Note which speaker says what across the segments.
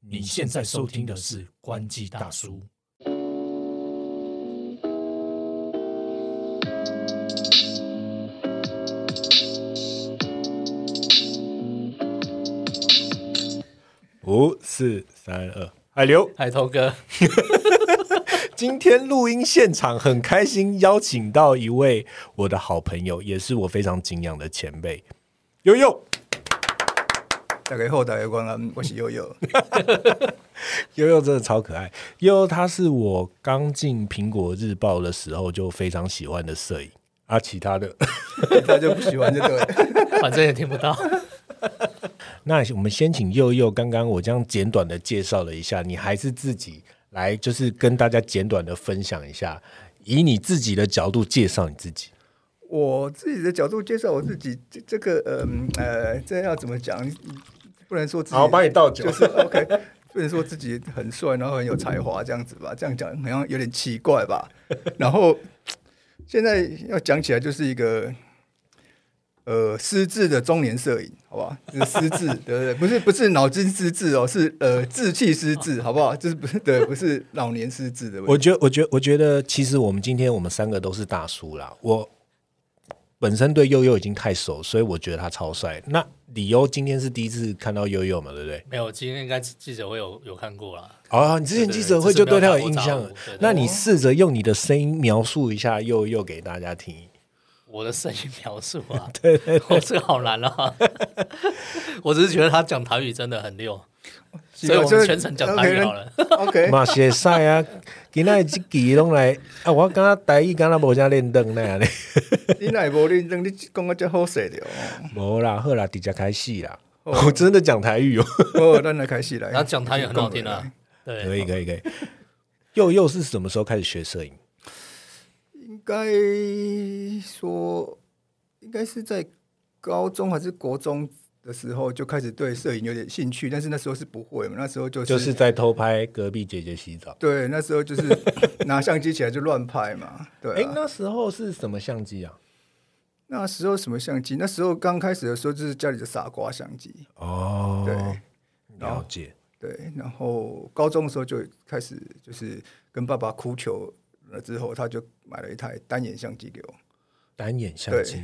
Speaker 1: 你现在收听的是《关机大叔》。
Speaker 2: 五四三二，海流，
Speaker 3: 海头哥，
Speaker 2: 今天录音现场很开心，邀请到一位我的好朋友，也是我非常敬仰的前辈，悠悠。
Speaker 4: 大家好，大家光临，我是悠悠。
Speaker 2: 悠悠真的超可爱，悠悠他是我刚进苹果日报的时候就非常喜欢的摄影，啊，其他的。
Speaker 4: 他就不喜欢就对了。
Speaker 3: 反正也听不到。
Speaker 2: 那我们先请佑佑，刚刚我这样简短的介绍了一下，你还是自己来，就是跟大家简短的分享一下，以你自己的角度介绍你自己。
Speaker 4: 我自己的角度介绍我自己，这这个呃嗯呃，这要怎么讲？不能说自己
Speaker 2: 好，我帮你倒酒
Speaker 4: 就。是 OK，不能说自己很帅，然后很有才华这样子吧，这样讲好像有点奇怪吧。然后现在要讲起来，就是一个呃失智的中年摄影，好不好？就是失智， 对不对？不是不是脑筋失智哦，是呃志气失智，好不好？就是不是对，不是老年失智的问题。
Speaker 2: 我觉得，我觉得，我觉得，其实我们今天我们三个都是大叔啦。我本身对悠悠已经太熟，所以我觉得他超帅。那李优今天是第一次看到悠悠嘛，对不对？
Speaker 3: 没有，今天应该记者会有有看过啦。
Speaker 2: 哦，你之前记者会就对他有印象了
Speaker 3: 对对对。
Speaker 2: 那你试着用你的声音描述一下悠悠给大家听。
Speaker 3: 我的声音描述啊，对我这个好难啊。 我只是觉得他讲台语真的很溜，所以我们全程讲台语好了。
Speaker 4: OK，
Speaker 2: 嘛是会使啊，今仔即期拢来啊！我感觉台语敢若无啥练啊灯那 样咧，
Speaker 4: 你哪无认真，你讲个遮好势的哦。
Speaker 2: 无啦，好啦，直接开始啦。我真的讲台语哦，
Speaker 4: 哦，咱来开始来。
Speaker 3: 然后讲台语很好听啊。
Speaker 2: 可
Speaker 3: 对，
Speaker 2: 以可以可以。又又是什么时候开始学摄影？
Speaker 4: 应该说，应该是在高中还是国中的时候就开始对摄影有点兴趣，但是那时候是不会嘛，那时候就是、
Speaker 2: 就是在偷拍隔壁姐姐洗澡。
Speaker 4: 对，那时候就是 拿相机起来就乱拍嘛，对
Speaker 2: 哎、
Speaker 4: 啊。
Speaker 2: 那时候是什么相机啊？
Speaker 4: 那时候什么相机？那时候刚开始的时候就是家里的傻瓜相机，
Speaker 2: 哦，
Speaker 4: 对，
Speaker 2: 了解。
Speaker 4: 对，然后高中的时候就开始就是跟爸爸哭求了之后，他就买了一台单眼相机给我。
Speaker 2: 单眼相机，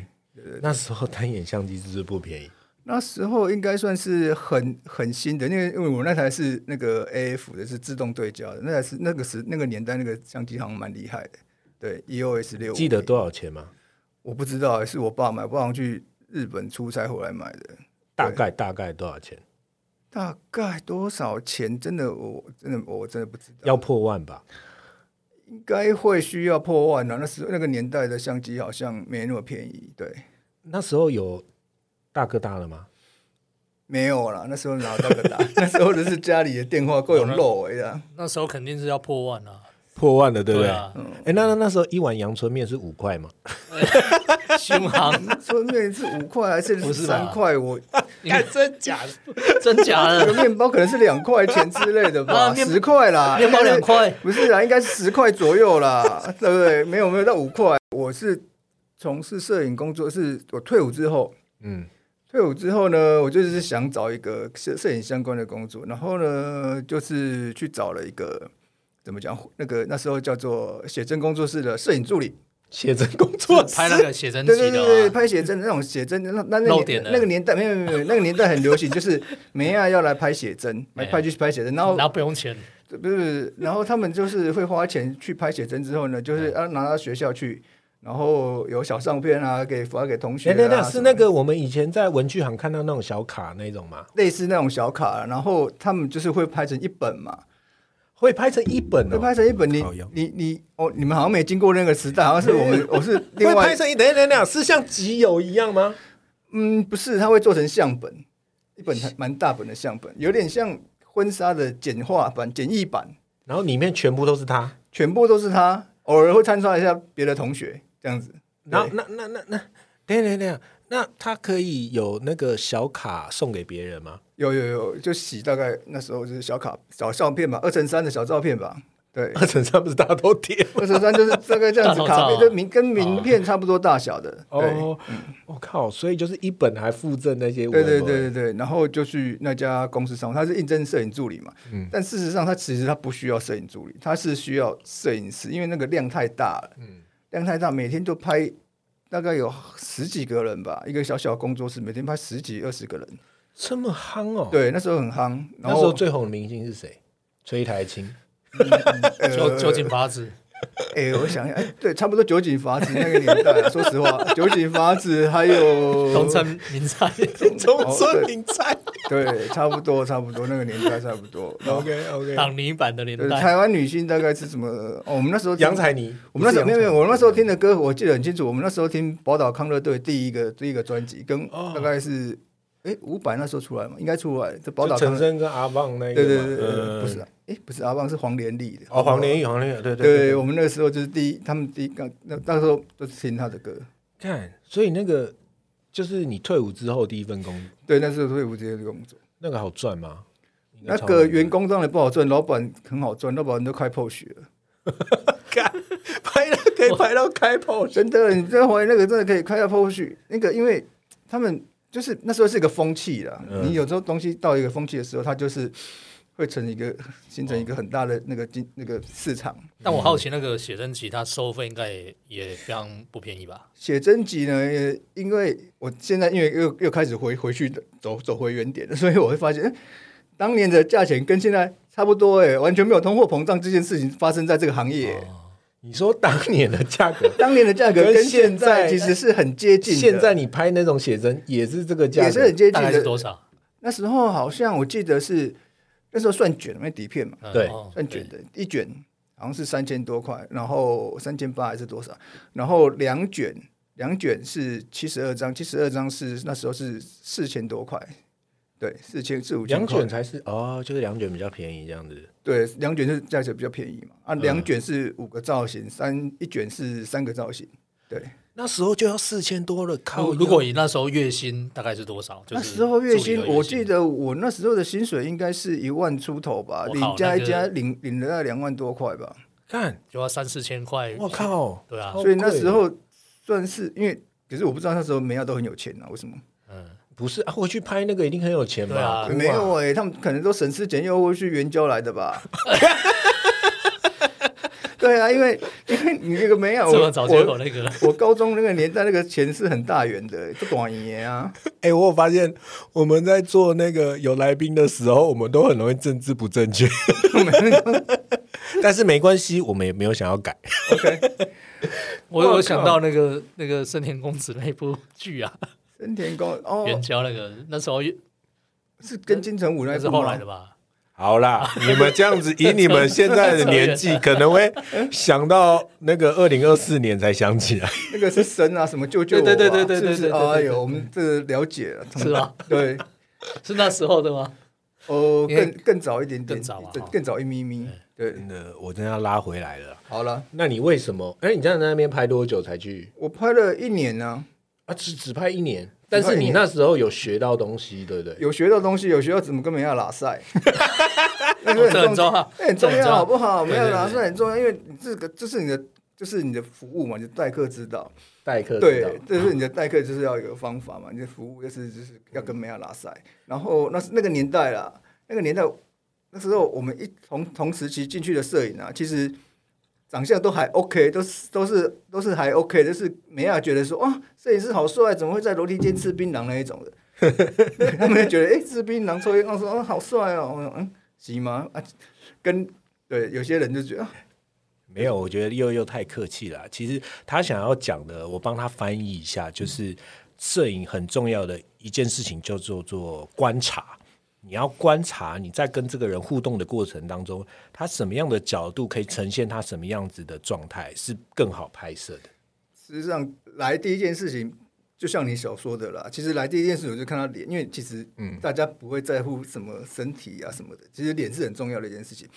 Speaker 2: 那时候单眼相机是不是不便宜？
Speaker 4: 那时候应该算是很很新的，因为因为我那台是那个 AF 的，是自动对焦的，那台是那个时那个年代那个相机好像蛮厉害的，对 EOS 六。
Speaker 2: 记得多少钱吗？
Speaker 4: 我不知道，是我爸买，我爸好像去日本出差回来买的。
Speaker 2: 大概大概多少钱？
Speaker 4: 大概多少钱？真的，我真的我真的不知道，
Speaker 2: 要破万吧？
Speaker 4: 应该会需要破万啊。那时候那个年代的相机好像没那么便宜，对，
Speaker 2: 那时候有大哥大了吗？
Speaker 4: 没有啦。那时候哪有那个 打？那时候的是家里的电话够有漏尾啊的，
Speaker 3: 那时候肯定是要破万啊。
Speaker 2: 破万了，对不对？哎、
Speaker 3: 啊，
Speaker 2: 那那那时候一碗阳春面是五块嘛？
Speaker 3: 凶行，
Speaker 4: 说面是五块还是
Speaker 3: 不是吧
Speaker 4: 三块？我
Speaker 2: 看真假的？
Speaker 3: 真假
Speaker 4: 这
Speaker 3: 的
Speaker 4: 个？面包可能是两块钱之类的
Speaker 3: 啊
Speaker 4: 吧，
Speaker 3: 面
Speaker 4: 十块啦，
Speaker 3: 面包
Speaker 4: 应该是
Speaker 3: 两块
Speaker 4: 不是啦，应该是十块左右啦，对不对？没有没有到五块。我是从事摄影工作，是我退伍之后，
Speaker 2: 嗯，
Speaker 4: 退伍之后呢，我就是想找一个摄摄影相关的工作，然后呢，就是去找了一个怎么讲，那个那时候叫做写真工作室的摄影助理，
Speaker 2: 写真工作 室
Speaker 3: 拍那个写真集
Speaker 4: 对对对对，
Speaker 3: 的啊，
Speaker 4: 拍写真那种写真，那那那
Speaker 3: 露
Speaker 4: 个
Speaker 3: 点的
Speaker 4: 那个年代没有没有没有，那个年代很流行，就是梅亚要来拍写 真，来拍去拍写真，然后
Speaker 3: 哎然后不用钱，
Speaker 4: 不是不是，然后他们就是会花钱去拍写真之后呢，就是
Speaker 3: 嗯
Speaker 4: 要拿到学校去，然后有小相片啊，给发给同学、
Speaker 2: 哎，
Speaker 4: 啊。
Speaker 2: 那那是
Speaker 4: 什么
Speaker 2: 那个我们以前在文具行看到那种小卡那种嘛，
Speaker 4: 类似那种小卡，然后他们就是会拍成一本嘛，
Speaker 2: 会拍成一本
Speaker 4: 会
Speaker 2: 哦，
Speaker 4: 拍成一本。你
Speaker 2: 靠腰
Speaker 4: 你你哦，你们好像没经过那个时代，好像是我 们我是另
Speaker 2: 会拍
Speaker 4: 外
Speaker 2: 成一等一下等一下，是像集邮一样吗？
Speaker 4: 嗯，不是，他会做成相本，一本还蛮大本的相本，有点像婚纱的简化版、简易版，
Speaker 2: 然后里面全部都是他。
Speaker 4: 全部都是他，偶尔会参照一下别的同学这样子。
Speaker 2: 然后那那那那，等一下等一下等一下，那他可以有那个小卡送给别人吗？
Speaker 4: 有有有，就洗大概那时候就是小卡小照片吧，二乘三的小照片吧。对，
Speaker 2: 二乘三不是大家都贴吗？
Speaker 4: 二十三就是这个这样子
Speaker 3: 大头照
Speaker 4: 卡
Speaker 3: 啊
Speaker 4: 片，就名跟名片差不多大小的。对
Speaker 2: 哦，我靠！所以就是一本还附赠那些
Speaker 4: 对对
Speaker 2: whatever
Speaker 4: 对对对，然后就去那家公司上班，他是应征摄影助理嘛。
Speaker 2: 嗯
Speaker 4: 但事实上，他其实他不需要摄影助理，他是需要摄影师，因为那个量太大了。
Speaker 2: 嗯
Speaker 4: 量太大，每天就拍大概有十几个人吧，一个小小工作室，每天拍十几二十个人。
Speaker 2: 这么夯哦。，
Speaker 4: 对，那时候很夯。
Speaker 2: 那
Speaker 4: 然
Speaker 2: 时
Speaker 4: 后
Speaker 2: 候最红的明星是谁？崔台青。
Speaker 3: 九九井法子，
Speaker 4: 呃哎、我想想，哎、对，差不多九井法子那个年代、啊，说实话，九井法子还有
Speaker 3: 东城名菜，
Speaker 2: 中
Speaker 4: 村
Speaker 2: 名菜。
Speaker 4: 对，差不多，差不多，那个年代差不
Speaker 2: 哦
Speaker 4: 多。然后
Speaker 2: OK OK。
Speaker 3: 挡泥板的年
Speaker 4: 对，
Speaker 3: 代，
Speaker 4: 台湾女星大概是什么？哦，我们那时候听
Speaker 2: 杨采妮，
Speaker 4: 我们那时候
Speaker 2: 不
Speaker 4: 没
Speaker 2: 是
Speaker 4: 有没有，
Speaker 2: 杨采妮
Speaker 4: 我那时候听的歌我记得很清楚。我们那时候听宝岛康乐队第一个第一个专辑，跟大概是哎伍佰那时候出来嘛，应该出来。这宝岛
Speaker 2: 哦就陈
Speaker 4: 康乐队，
Speaker 2: 升跟阿旺那一个
Speaker 4: 对
Speaker 2: 嘛。
Speaker 4: 对对对对，
Speaker 2: 嗯
Speaker 4: 不是啊，哎不是阿邦是黄连丽的
Speaker 2: 哦，黄连玉，黄连玉，对
Speaker 4: 对
Speaker 2: 对。
Speaker 4: 我们那个时候就是第一，他们第一刚那那时候就是听他的歌。
Speaker 2: 看，所以那个就是你退伍之后第一份工，
Speaker 4: 对，那时候退伍这些工作，
Speaker 2: 那个好赚吗？应该
Speaker 4: 那
Speaker 2: 超
Speaker 4: 个
Speaker 2: 好
Speaker 4: 员工当然不好赚，老板很好赚，老板都开 POS 了。
Speaker 2: 拍到可以拍到开 炮，
Speaker 4: 真的，你在怀疑那个真的可以开到破去。那个，因为他们就是那时候是一个风气啦。
Speaker 2: 嗯
Speaker 4: 你有时候东西到一个风气的时候，它就是会成一个形成一个很大的那个经那个市场。
Speaker 3: 但我好奇那个写真集，它收费应该也也非常不便宜吧？
Speaker 4: 写真集呢，也因为我现在因为又又开始回回去走走回原点了，所以我会发现，哎当年的价钱跟现在差不多哎、完全没有通货膨胀这件事情发生在这个行业欸、
Speaker 2: 哦你说当年的价格，
Speaker 4: 当年的价格
Speaker 2: 跟
Speaker 4: 跟
Speaker 2: 现
Speaker 4: 现在
Speaker 2: 在
Speaker 4: 其实是很接 近的，
Speaker 2: 现在你拍那种写真也是这个价格，
Speaker 4: 也是很接近
Speaker 3: 大概
Speaker 4: 的
Speaker 3: 是。多少？
Speaker 4: 那时候好像我记得是那时候算卷，因为底片嘛，
Speaker 3: 嗯
Speaker 2: 对
Speaker 3: 哦
Speaker 4: 算卷的，一卷好像是三千多块，然后三千八还是多少，然后两卷两卷是七十二张，七十二张是那时候是四千多块，对，四千四五千
Speaker 2: 两
Speaker 4: 块
Speaker 2: 卷，才是哦，就是两卷比较便宜这样子。
Speaker 4: 对，两卷是价钱比较便宜嘛，
Speaker 3: 嗯
Speaker 4: 啊，两卷是五个造型，三一卷是三个造型，对，
Speaker 2: 那时候就要四千多了，
Speaker 3: 如如果你那时候月薪大概是多少？就是
Speaker 4: 那时候月薪
Speaker 3: 助理的
Speaker 4: 我记得我那时候的薪水应该是一万出头吧，
Speaker 3: 我靠
Speaker 4: 领加
Speaker 3: 那
Speaker 4: 一
Speaker 3: 就
Speaker 4: 加领领了大概两万多块吧。
Speaker 2: 看，
Speaker 3: 就要三四千块，
Speaker 2: 我靠，
Speaker 3: 对啊
Speaker 2: 超
Speaker 4: 所以那
Speaker 2: 贵
Speaker 4: 时候算是因为，可是我不知道那时候梅亚都很有钱啊，为什么？
Speaker 3: 嗯，
Speaker 2: 不是啊，回去拍那个一定很有钱
Speaker 3: 对
Speaker 2: 吧
Speaker 3: 啊？
Speaker 2: 哭
Speaker 4: 没有哎、他们可能都省吃俭用，或去援交来的吧。 对啊，因为因为你那个梅亚，
Speaker 3: 这
Speaker 4: 我
Speaker 3: 么早就有
Speaker 4: 我
Speaker 3: 那个了，
Speaker 4: 我高中那个年代，那个钱是很大元的、欸，这短年啊，
Speaker 2: 哎、我有发现我们在做那个有来宾的时候，我们都很容易政治不正确， 但是没关系，我们也没有想要改。
Speaker 3: 我
Speaker 2: 我靠
Speaker 3: 有想到那个那个森田公子那部剧啊，
Speaker 4: 森田高哦，
Speaker 3: 援交那个那时候
Speaker 4: 是跟金城武那
Speaker 3: 那
Speaker 4: 一
Speaker 3: 是
Speaker 4: 部
Speaker 3: 后
Speaker 4: 吗
Speaker 3: 来的？吧？
Speaker 2: 好啦，你们这样子，以你们现在的年纪，可能会想到那个二零二四年才想起来。
Speaker 4: 那个是神啊，什么救救我、啊，
Speaker 3: 对对对对对
Speaker 4: 是
Speaker 3: 对对
Speaker 4: 不
Speaker 3: 对
Speaker 4: 是？
Speaker 3: 对
Speaker 4: 哎呦，我们这个了解了，
Speaker 3: 是吧？
Speaker 4: 对，
Speaker 3: 是那时候的吗？
Speaker 4: 哦，
Speaker 3: 因为
Speaker 4: 更更早一点点，
Speaker 3: 更早啊
Speaker 4: 更
Speaker 3: 哦
Speaker 4: 更早一咪咪，对，
Speaker 2: 真的，我真的要拉回来了。
Speaker 4: 好了，
Speaker 2: 那你为什么？哎、你这样在那边拍多久才去？
Speaker 4: 我拍了一年呢、
Speaker 2: 啊，只只拍一年，但是你那时候有学到东西，对不对？
Speaker 4: 有学到东西，有学到怎么跟梅亚 拉赛，那
Speaker 3: 哦这很重要
Speaker 4: 那很重
Speaker 3: 这很重
Speaker 4: 要，
Speaker 3: 要
Speaker 4: 好不好？梅亚拉
Speaker 3: 对对
Speaker 4: 赛很重要，因为你这个这是你的，就是你的服务嘛，你的待客之道。
Speaker 2: 代课知道
Speaker 4: 对，这是你的待客，就是要有个方法嘛，你的服务就是就是要跟梅亚拉赛。然后那是那个年代啦，那个年代那时候我们一同同时期进去的摄影啊，其实长相都还 OK，都是都是都是还 OK，就是梅亚觉得说哇，摄影师好帅，怎么会在楼梯间吃槟榔那一种的？ 他们就觉得哎、诶吃槟榔抽烟，我说哦好帅哦，我说嗯行吗？啊，跟对有些人就觉得啊
Speaker 2: 没有，我觉得又又太客气了啊。其实他想要讲的，我帮他翻译一下，就是摄影很重要的一件事情，叫做做观察。你要观察你在跟这个人互动的过程当中，他什么样的角度可以呈现他什么样子的状态，是更好拍摄的。
Speaker 4: 实际上来第一件事情，就像你所说的啦，其实来第一件事情我就看他脸，因为其实大家不会在乎什么身体啊什么的，其实脸是很重要的一件事情。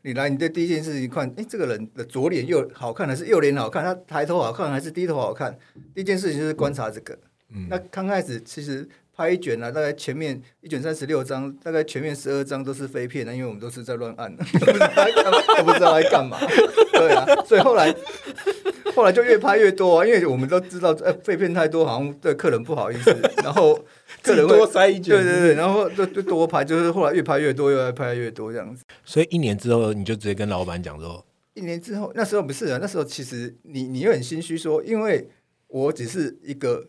Speaker 4: 你来，你对第一件事情看，哎，这个人的左脸右好看还是右脸好看？
Speaker 2: 嗯
Speaker 4: 他抬头好看还是低头好看？第一件事情就是观察这个。那刚开始其实拍一卷啊，大概前面一卷三十六章，大概前面十二章都是废片的、啊因为我 们都是在乱按的、我不知道在干嘛。对啊，所以后来后来就越拍越多啊，因为我们都知道，呃，废片太多，好像对客人不好意思，然后客
Speaker 2: 自
Speaker 4: 人
Speaker 2: 己
Speaker 4: 会
Speaker 2: 多塞一卷
Speaker 4: 对对对，然后就就多拍，就是后来越拍越多，越拍越多这样子。
Speaker 2: 所以一年之后你就直接跟老板讲说，
Speaker 4: 一年之后，那时候不是啊，那时候其实你你又很心虚说，因为我只是一个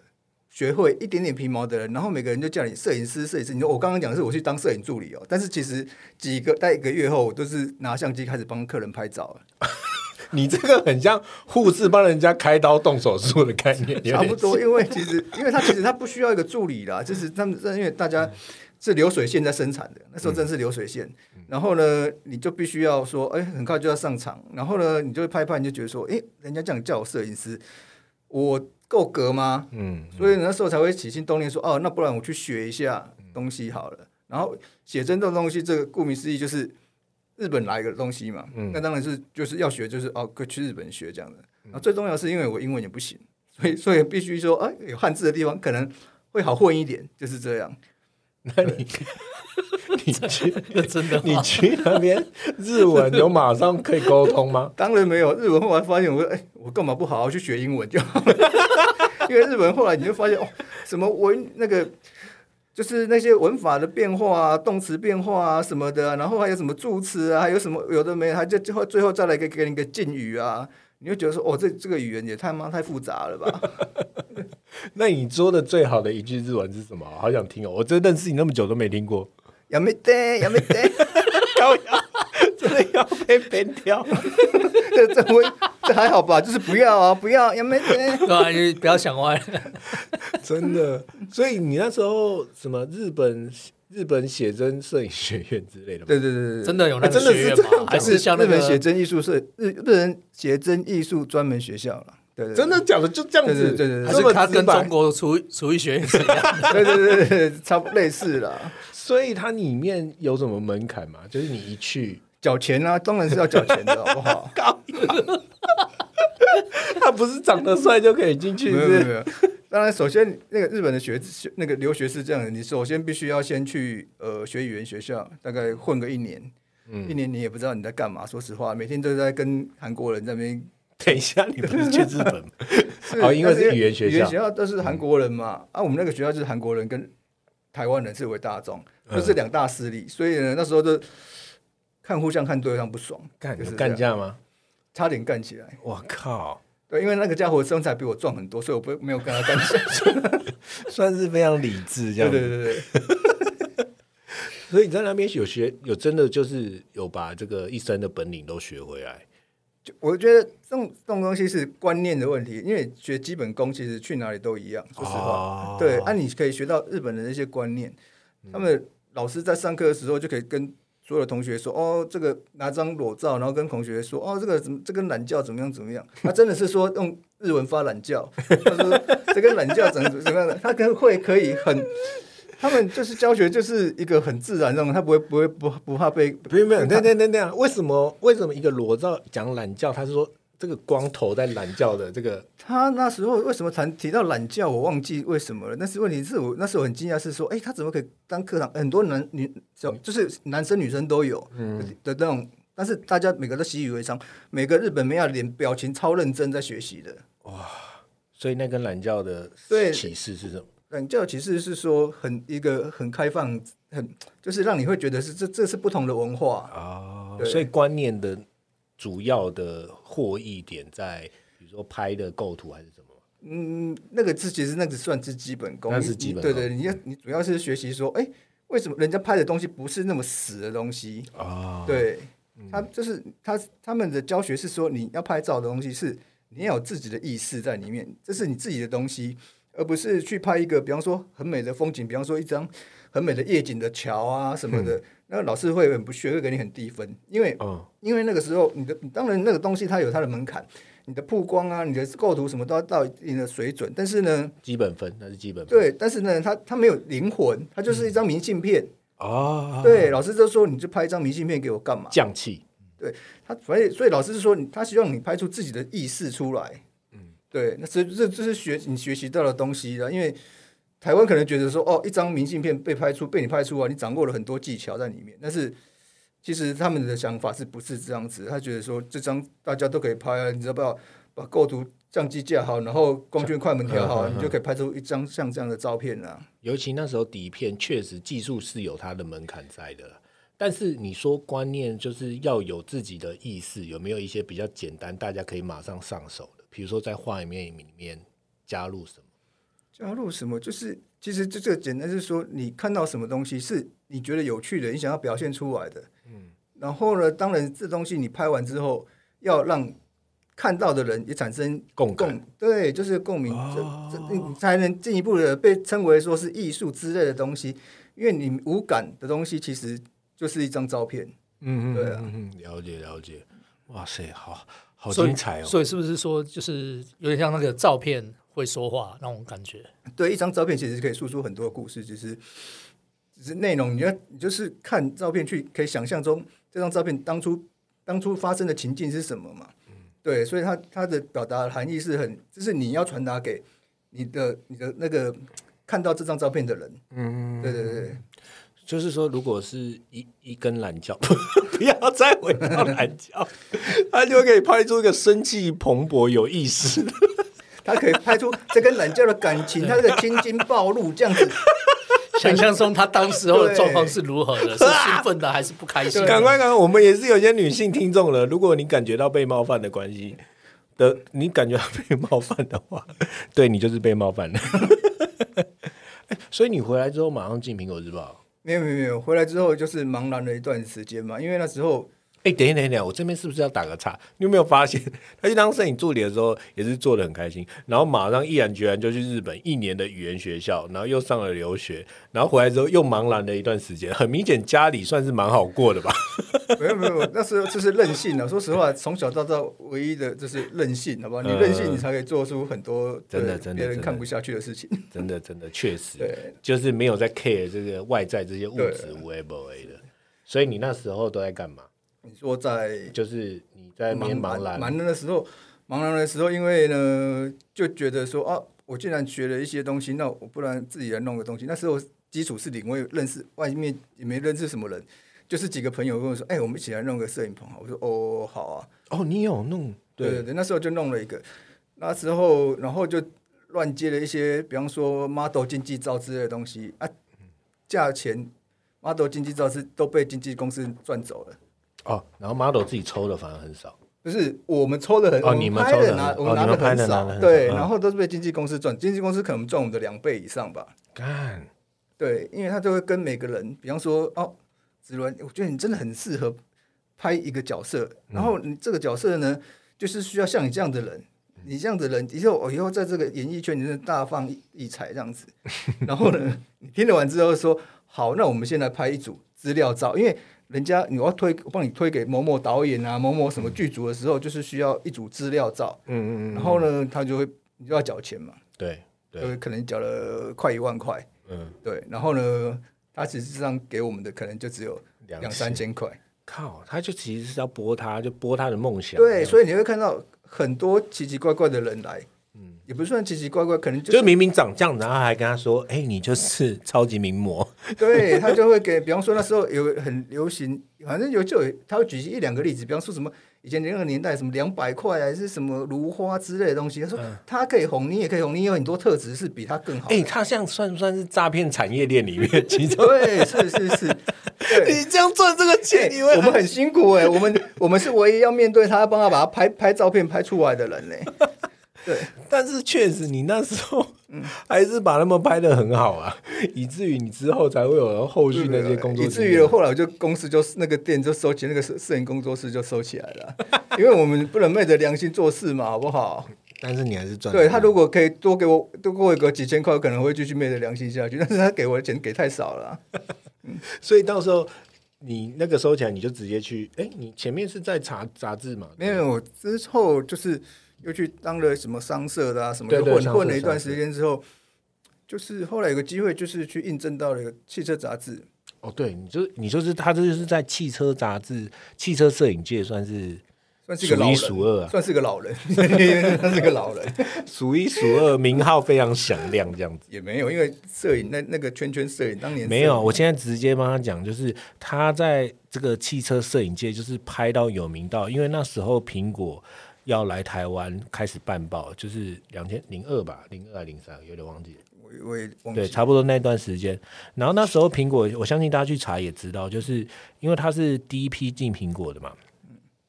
Speaker 4: 学会一点点皮毛的人，然后每个人就叫你摄影师、摄影师。你说我刚刚讲的是我去当摄影助理哦，但是其实几个待一个月后，我都是拿相机开始帮客人拍照了，
Speaker 2: 你这个很像护士帮人家开刀动手术的概 念，有
Speaker 4: 差不
Speaker 2: 点
Speaker 4: 多。因为其实因为他其实他不需要一个助理啦，就是他们因为大
Speaker 2: 嗯
Speaker 4: 家是流水线在生产的，那时候真是流水线。
Speaker 2: 嗯
Speaker 4: 然后呢，你就必须要说，哎、很快就要上场。然后呢，你就会拍拍，你就觉得说，哎、人家这样叫我摄影师，我够格吗？
Speaker 2: 嗯，嗯
Speaker 4: 所以那时候才会起心动念说，哦，那不然我去学一下东西好了。然后写真这种东西，这个顾名思义就是日本来的东西嘛，
Speaker 2: 嗯
Speaker 4: 那当然是就是要学，就是哦，去日本学这样的。然后最重要的是因为我英文也不行，所以所以必须说，哎、有汉字的地方可能会好混一点，就是这样。
Speaker 2: 那你你去
Speaker 3: 真的
Speaker 2: 你
Speaker 3: 吗
Speaker 2: 去那边日 文有马上可以沟通吗？
Speaker 4: 当然没有日文，后来发现我说，哎、我干嘛不好好去学英文就好了？ 因为日文后来你就发现哦，什么文那个就是那些文法的变化啊、动词变化啊什么的啊、然后还有什么助词啊，还有什么有的没，还就最后最后再来给给你一个敬语啊，你就觉得说哦，这这个语言也太妈太复杂了吧？
Speaker 2: 那你说的最好的一句日文是什么？好想听哦！我真认识你那么久都没听过，
Speaker 4: やめてやめて，
Speaker 2: 高雅真的要被编掉。
Speaker 4: 这这我这还好吧？就是不要啊，不要やめて。
Speaker 3: 对啊，你不要想歪了。
Speaker 2: 真的。所以你那时候什么日本日本写真摄影学院之类的吗？
Speaker 4: 对对对对对，哎
Speaker 3: 真的有那个
Speaker 2: 真的
Speaker 3: 学
Speaker 2: 是
Speaker 3: 院
Speaker 2: 这
Speaker 3: 吗
Speaker 2: 样？
Speaker 3: 还是像那
Speaker 4: 日本
Speaker 3: 个
Speaker 4: 写真艺术社日日本写真艺术专门学校了，对对对
Speaker 2: 真的假的？就这样 子，
Speaker 4: 对对对对对
Speaker 3: 还
Speaker 2: 这么
Speaker 3: 是他
Speaker 2: 直
Speaker 3: 跟
Speaker 2: 白
Speaker 3: 中。国厨厨艺学院是一样？
Speaker 4: 对对对对，差不多类似啦。
Speaker 2: 所以它里面有什么门槛吗？就是你一去，
Speaker 4: 缴钱啊，当然是要缴钱的，好不 好？
Speaker 2: 他不是长得帅就可以进去，
Speaker 4: 没有没有
Speaker 2: 是
Speaker 4: 没有。当然，首先那个日本的学学那个留学是这样的，你首先必须要先去呃学语言学校，大概混个一年。
Speaker 3: 嗯
Speaker 4: 一年你也不知道你在干嘛，说实话，每天都在跟韩国人在那边。
Speaker 2: 等一下，你不是去日本吗？
Speaker 4: 是
Speaker 2: 哦因为是
Speaker 4: 但
Speaker 2: 语言学校嗯
Speaker 4: 语言学校都是韩国人嘛。啊，我们那个学校就是韩国人跟台湾人是为大众，
Speaker 2: 嗯
Speaker 4: 就是两大势力，所以呢，那时候就看互相看对方不爽，
Speaker 2: 干
Speaker 4: 就是这样
Speaker 2: 干架吗？
Speaker 4: 差点干起来。
Speaker 2: 我靠，
Speaker 4: 对，因为那个家伙身材比我壮很多，所以我不没有跟他干涉。
Speaker 2: 算是非常理智 这
Speaker 4: 对
Speaker 2: 样子。
Speaker 4: 对对对，
Speaker 2: 所以你在那边有学，有真的就是有把这个一身的本领都学回来。
Speaker 4: 就我觉得这种这种东西是观念的问题，因为学基本功其实去哪里都一样，说实话。
Speaker 2: 哦嗯
Speaker 4: 对，啊，你可以学到日本人的一些观念，他们老师在上课的时候就可以跟。所有的同学说：“哦，这个拿张裸照，然后跟同学说：‘哦，这个怎么这跟懒觉怎么样怎么样？’他真的是说用日文发懒觉，他说这跟懒觉怎么怎么样的，他跟会可以很，他们就是教学就是一个很自然的那种，他不会不会不不怕被
Speaker 2: 没有没有，等等等等，为什么为什么一个裸照讲懒觉，他是说这个光头在懒觉的这个
Speaker 4: 他那时候为什么谈提到懒觉，我忘记为什么了。但是问题是我那时候很惊讶，是说，哎、他怎么可以当课堂很多男女就就是男生女生都有
Speaker 2: 嗯
Speaker 4: 的的那种，但是大家每个都习以为常，每个日本妹啊脸表情超认真在学习的。
Speaker 2: 所以那跟懒觉的
Speaker 4: 对
Speaker 2: 启示是什么？
Speaker 4: 懒觉其实是说很一个很开放，很就是让你会觉得是这这是不同的文化。
Speaker 2: 哦
Speaker 4: 对
Speaker 2: 所以观念的主要的获益点在，比如说拍的构图还是什么？
Speaker 4: 嗯，那个是其实那个算是基本功，
Speaker 2: 那是
Speaker 4: 你
Speaker 2: 基本
Speaker 4: 对
Speaker 2: 功嗯
Speaker 4: 对，你要你主要是学习说，哎、为什么人家拍的东西不是那么死的东西？
Speaker 2: 哦，
Speaker 4: 对，他就是他他们的教学是说，你要拍照的东西是你要有自己的意识在里面，这是你自己的东西，而不是去拍一个，比方说很美的风景，比方说一张很美的夜景的桥啊什么的，那老师会很不屑，会给你很低分，因为
Speaker 2: 嗯，
Speaker 4: 因为那个时候你的你当然那个东西它有它的门槛，你的曝光啊，你的构图什么都要到一定的水准，但是呢，
Speaker 2: 基本分那是基本分。
Speaker 4: 对，但是呢，它它没有灵魂，它就是一张明信片。
Speaker 2: 哦，
Speaker 4: 对，老师就说你就拍一张明信片给我干嘛？
Speaker 2: 匠气。
Speaker 4: 他所以所以老师是说你，他希望你拍出自己的意识出来。嗯，对，那这这这是学你学习到的东西了，因为台湾可能觉得说，哦，一张明信片被拍出，被你拍出啊，你掌握了很多技巧在里面。但是其实他们的想法是不是这样子？他觉得说，这张大家都可以拍啊，你知道不要把构图相机架好，然后光圈快门调好，你就可以拍出一张像这样的照片啊。
Speaker 2: 尤其那时候底片确实技术是有它的门槛在的，但是你说观念就是要有自己的意识，有没有一些比较简单，大家可以马上上手的？比如说在画面里面加入什么？
Speaker 4: 加入什么？就是其实这这个简单是说，你看到什么东西是你觉得有趣的，你想要表现出来的。嗯。然后呢，当然这东西你拍完之后，要让看到的人也产生
Speaker 2: 共感哦
Speaker 4: 对，就是共鸣，这这你才能进一步的被称为说是艺术之类的东西。因为你无感的东西，其实就是一张照片。
Speaker 2: 嗯
Speaker 4: 对啊
Speaker 2: 嗯嗯，了解了解。哇塞，好好
Speaker 3: 所以
Speaker 2: 精彩哦！
Speaker 3: 所以是不是说，就是有点像那个照片会说话那种感觉？
Speaker 4: 对，一张照片其实可以诉说很多故事，只是只是内容，你要你就是看照片去可以想象中这张照片当初当初发生的情境是什么嘛？对，所以它它的表达含义是很，就是你要传达给你的你的那个看到这张照片的人，嗯，对对对，
Speaker 2: 就是说，如果是一一根懒觉， 不要再回到懒觉， 他就可以拍出一个生气蓬勃、有意思的。
Speaker 4: 他可以拍出这跟懒觉的感情，他这个青筋暴露这样子，
Speaker 3: 想象中他当时候的状况是如何的？是兴奋的还是不开心的？
Speaker 2: 赶快，赶快！我们也是有些女性听众了。如果你感觉到被冒犯的关系的，你感觉到被冒犯的话，对你就是被冒犯的。哎所以你回来之后马上进苹果日报。
Speaker 4: 没有没有没有，回来之后就是茫然了一段时间嘛，因为那时候
Speaker 2: 哎，等一下，等一下，我这边是不是要打个岔？你有没有发现，他去当摄影助理的时候也是做的很开心，然后马上毅然决然就去日本一年的语言学校，然后又上了留学，然后回来之后又茫然了一段时间。很明显，家里算是蛮好过的吧？
Speaker 4: 没有没有，那时候就是任性了。说实话，从小到大唯一的就是任性，好吧？你任性，你才可以做出很多
Speaker 2: 真的
Speaker 4: 对
Speaker 2: 真的
Speaker 4: 别人
Speaker 2: 真
Speaker 4: 看
Speaker 2: 的
Speaker 4: 不下去的事情。
Speaker 2: 真 的，真的，确实
Speaker 4: 对，
Speaker 2: 就是没有在 care 这个外在这些物质
Speaker 4: 对
Speaker 2: 无 a 不 a 的。所以你那时候都在干嘛？
Speaker 4: 你说在
Speaker 2: 就是你在那边
Speaker 4: 茫
Speaker 2: 茫然，
Speaker 4: 然茫然的时候，茫然的时候，因为呢就觉得说啊，我既然学了一些东西，那我不然自己来弄个东西。那时候基础是零，我也认识外面也没认识什么人，就是几个朋友跟我说，哎、我们一起来弄个摄影棚好。我说哦，好啊。
Speaker 2: 哦，你有弄
Speaker 4: 对对对，那时候就弄了一个，那时候然后就乱接了一些，比方说 model 经济照之类的东西啊，价钱 model 经济照是都被经纪公司赚走了。
Speaker 2: 哦，然后 model 自己抽的反而很少。
Speaker 4: 就是我们抽的很，
Speaker 2: 哦
Speaker 4: 我们
Speaker 2: 你们
Speaker 4: 拍
Speaker 2: 抽得
Speaker 4: 拿，
Speaker 2: 很
Speaker 4: 我
Speaker 2: 哦
Speaker 4: 们拿
Speaker 2: 你们
Speaker 4: 的
Speaker 2: 拍的拿
Speaker 4: 少
Speaker 2: 得，很
Speaker 4: 对，
Speaker 2: 少嗯
Speaker 4: 然后都是被经纪公司赚，经纪公司可能赚我们的两倍以上吧。
Speaker 2: 干，
Speaker 4: 对，因为他就会跟每个人，比方说哦，子伦，我觉得你真的很适合拍一个角色，
Speaker 2: 嗯
Speaker 4: 然后你这个角色呢，就是需要像你这样的人，
Speaker 2: 嗯
Speaker 4: 你这样的人以后哦我以后在这个演艺圈你真的大放异彩这样子。然后呢，你听了完之后说好，那我们先来拍一组资料照，因为人家你要推我帮你推给某某导演啊、某某什么剧组的时候，就是需要一组资料照，
Speaker 2: 嗯嗯嗯，
Speaker 4: 然后呢，他就会你就要缴钱嘛，
Speaker 2: 对对，
Speaker 4: 就可能缴了快一万块。
Speaker 2: 嗯，
Speaker 4: 对，然后呢，他实质上给我们的可能就只有
Speaker 2: 两
Speaker 4: 两三千块。
Speaker 2: 靠，他就其实是要播他，就播他的梦想。
Speaker 4: 对，
Speaker 2: 以
Speaker 4: 所以你会看到很多奇奇怪怪的人来，嗯，也不算奇奇怪怪，可能就
Speaker 2: 就是明明长这样，然后还跟他说：“哎，你就是超级名模。
Speaker 4: 对他就会给，比方说那时候有很流行，反正有就有他会举一两个例子，比方说什么以前那个年代什么两百块还是什么如花之类的东西，他说他可以红，你也可以红，你有很多特质是比他更好”
Speaker 2: 嗯
Speaker 4: 的。
Speaker 2: 哎，他这样算不算是诈骗产业链里面其中？
Speaker 4: 对，是是是， 对。
Speaker 2: 你这样赚这个钱，你会
Speaker 4: 哎我们很辛苦哎、我们 我们是唯一要面对他，帮他把他拍拍照片拍出来 的人嘞、对，
Speaker 2: 但是确实，你那时候
Speaker 4: 嗯
Speaker 2: 还是把他们拍的很好啊，以至于你之后才会有后续那些工作
Speaker 4: 以
Speaker 2: 经
Speaker 4: 至
Speaker 2: 验。啊
Speaker 4: 于后来我就公司就那个店就收起，那个摄摄影工作室就收起来了， 因为我们不能昧着良心做事嘛，好不好？
Speaker 2: 但是你还是赚。啊
Speaker 4: 对他如果可以多给我多给我个几千块，我可能会继续昧着良心下去，但是他给我的钱给太少了啊、
Speaker 2: 所以到时候你那个收起来，你就直接去。哎，你前面是在查杂志嘛？
Speaker 4: 没有，我之后就是又去当了什么商社的啊，什么
Speaker 2: 对
Speaker 4: 就
Speaker 2: 对
Speaker 4: 混
Speaker 2: 商社
Speaker 4: 混了一段
Speaker 2: 商社
Speaker 4: 时间之后，就是后来有个机会，就是去应征到了一个汽车杂志。
Speaker 2: 哦，对，你就你就是他，这就是在汽车杂志、汽车摄影界算是
Speaker 4: 算是一个老人，
Speaker 2: 数一数二啊
Speaker 4: 算是个老人， 算是个老人，
Speaker 2: 数一数二，名号非常响亮，这样子。
Speaker 4: 也没有，因为摄影那那个圈圈摄影当年
Speaker 2: 没有，
Speaker 4: 摄影
Speaker 2: 我现在直接帮他讲，就是他在这个汽车摄影界就是拍到有名到，因为那时候苹果要来台湾开始办报，就是两千零二吧，零二还零三，有点忘记了。
Speaker 4: 我我也忘
Speaker 2: 对，
Speaker 4: 记，
Speaker 2: 差不多那段时间。然后那时候苹果，我相信大家去查也知道，就是因为它是第一批进苹果的嘛。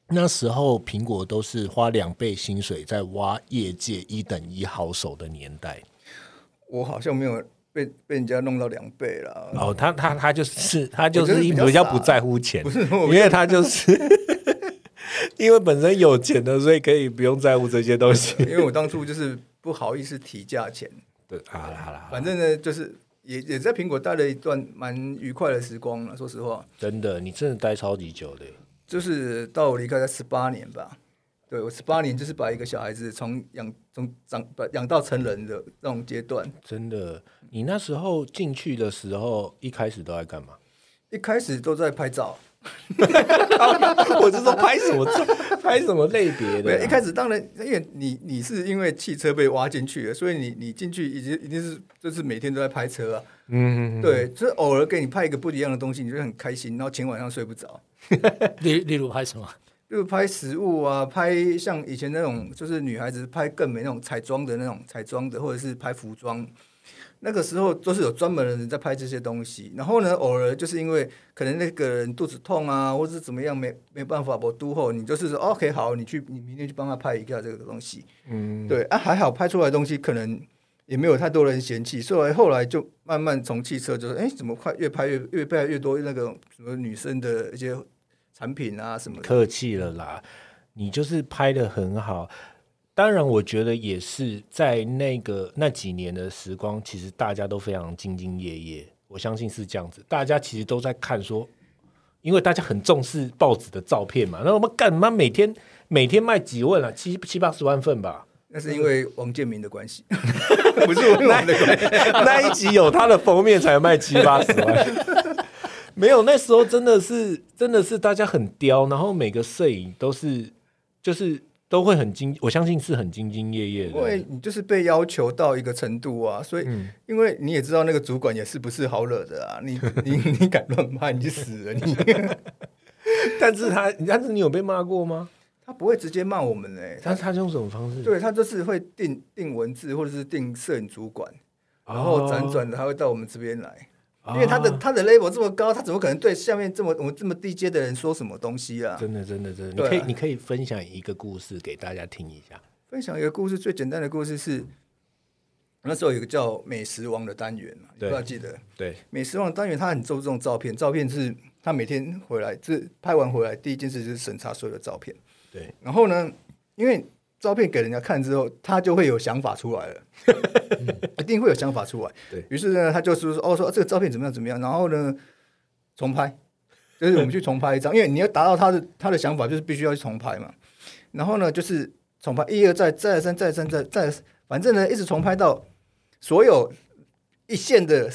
Speaker 2: 那时候苹果都是花两倍薪水在挖业界一等一好手的年代。
Speaker 4: 我好像没有被被人家弄到两倍了。
Speaker 2: 哦，他他他就是他就
Speaker 4: 哎我觉
Speaker 2: 是
Speaker 4: 得
Speaker 2: 一
Speaker 4: 比较
Speaker 2: 比较
Speaker 4: 傻
Speaker 2: 不在乎钱，
Speaker 4: 不是
Speaker 2: 因
Speaker 4: 我
Speaker 2: 为他就是 因为本身有钱的，所以可以不用在乎这些东西。
Speaker 4: 因为我当初就是不好意思提价钱，
Speaker 2: 对，好了好了，好啦
Speaker 4: 反正呢，就是也也在苹果待了一段蛮愉快的时光了。说实话，
Speaker 2: 真的，你真的待超级久的。
Speaker 4: 就是到我离开才十八年吧。对我十八年就是把一个小孩子从养从长把养到成人的那种阶段。
Speaker 2: 真的，你那时候进去的时候，一开始都在 干嘛？
Speaker 4: 一开始都在拍照，
Speaker 2: 我就说拍什么照，拍什么类别
Speaker 4: 对，
Speaker 2: 的、啊
Speaker 4: 一开始当然，因为你你是因为汽车被挖进去了，所以你你进去已经一定是就是每天都在拍车啊，
Speaker 2: 嗯，
Speaker 4: 对，就是偶尔给你拍一个不一样的东西，你就很开心，然后前晚上睡不着，
Speaker 3: 例例如拍什么？
Speaker 4: 就是拍食物啊，拍像以前那种就是女孩子拍更美那种彩妆的那种彩妆的，或者是拍服装。那个时候都是有专门的人在拍这些东西，然后呢，偶尔就是因为可能那个人肚子痛啊，或者是怎么样没没办法，我都后你就是说 OK 好，你去你明天去帮他拍一下这个东西，嗯，对啊，还好拍出来的东西可能也没有太多人嫌弃，所以后来就慢慢从汽车就是哎怎么快越拍越越拍越多那个什么女生的一些产品啊什么的。
Speaker 2: 客气了啦，你就是拍的很好。当然，我觉得也是在那个那几年的时光，其实大家都非常兢兢业业，我相信是这样子。大家其实都在看说，因为大家很重视报纸的照片嘛，那我们干嘛每天每天卖几万啊，七七八十万份吧。
Speaker 4: 那是因为王建民的关系， 不是因为我们的关系。
Speaker 2: 那一集有它的封面才卖七八十万。 没有，那时候真的是真的是大家很刁，然后每个摄影都是就是都会很精，我相信是很兢兢业业
Speaker 4: 因为
Speaker 2: 的。
Speaker 4: 你就是被要求到一个程度啊，所以、因为你也知道那个主管也是不是好惹的啊， 你你你敢乱骂你就死了你。
Speaker 2: 但是他，但是你有被骂过吗？
Speaker 4: 他不会直接骂我们哎、
Speaker 2: 他
Speaker 4: 他
Speaker 2: 他是用什么方式？
Speaker 4: 对他就是会定定文字或者是定摄影主管，
Speaker 2: 哦，
Speaker 4: 然后辗转的他会到我们这边来，
Speaker 2: 哦，
Speaker 4: 因为他的他的 level 这么高，他怎么可能对下面这么我们这么低阶的人说什么东西啊？
Speaker 2: 真的真的真的，你
Speaker 4: 对啊
Speaker 2: 可以你可以分享一个故事给大家听一下。
Speaker 4: 分享一个故事，最简单的故事是，那时候有个叫美食王的单元嘛，你不
Speaker 2: 对
Speaker 4: 知道记得。
Speaker 2: 对，
Speaker 4: 美食王单元他很注重照片，照片是他每天回来，就是拍完回来第一件事就是审查所有的照片。
Speaker 2: 对，
Speaker 4: 然后呢，因为照片给人家看之后，他就会有想法出来了，一定会有想法出来。
Speaker 2: 嗯对
Speaker 4: 于是呢，他就说哦，说、啊这个照片怎么样怎么样，然后呢，重拍，就是我们去重 拍一张，因为你要达到他的他的想法，就是必须要去重拍嘛。然后呢，就是重拍一而再，再而三，再而三，再再而三，反正呢，一直重拍到所有一线的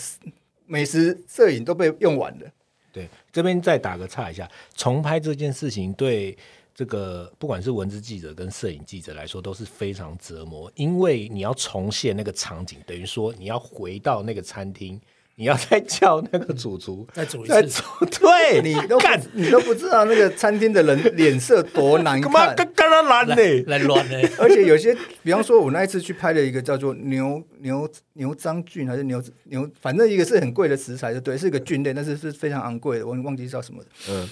Speaker 4: 美食摄影都被用 完了。
Speaker 2: 对，这边再打个岔一下，重拍这件事情对这个不管是文字记者跟摄影记者来说都是非常折磨，因为你要重现那个场景，等于说你要回到那个餐厅，你要再叫那个主厨
Speaker 3: 再煮一
Speaker 2: 再
Speaker 3: 次
Speaker 2: 煮，， 对
Speaker 4: 哎你都不
Speaker 2: 干
Speaker 4: 你都不知道那个餐厅的人脸色多难
Speaker 2: 干嘛
Speaker 4: 看，
Speaker 2: 干干到烂呢？
Speaker 3: 来乱呢？
Speaker 4: 而且有些，比方说，我那一次去拍了一个叫做牛牛牛樟菌还是牛牛，反正一个是很贵的食材，就对，是一个菌类，但是是非常昂贵的，我忘记叫什么的。
Speaker 2: 嗯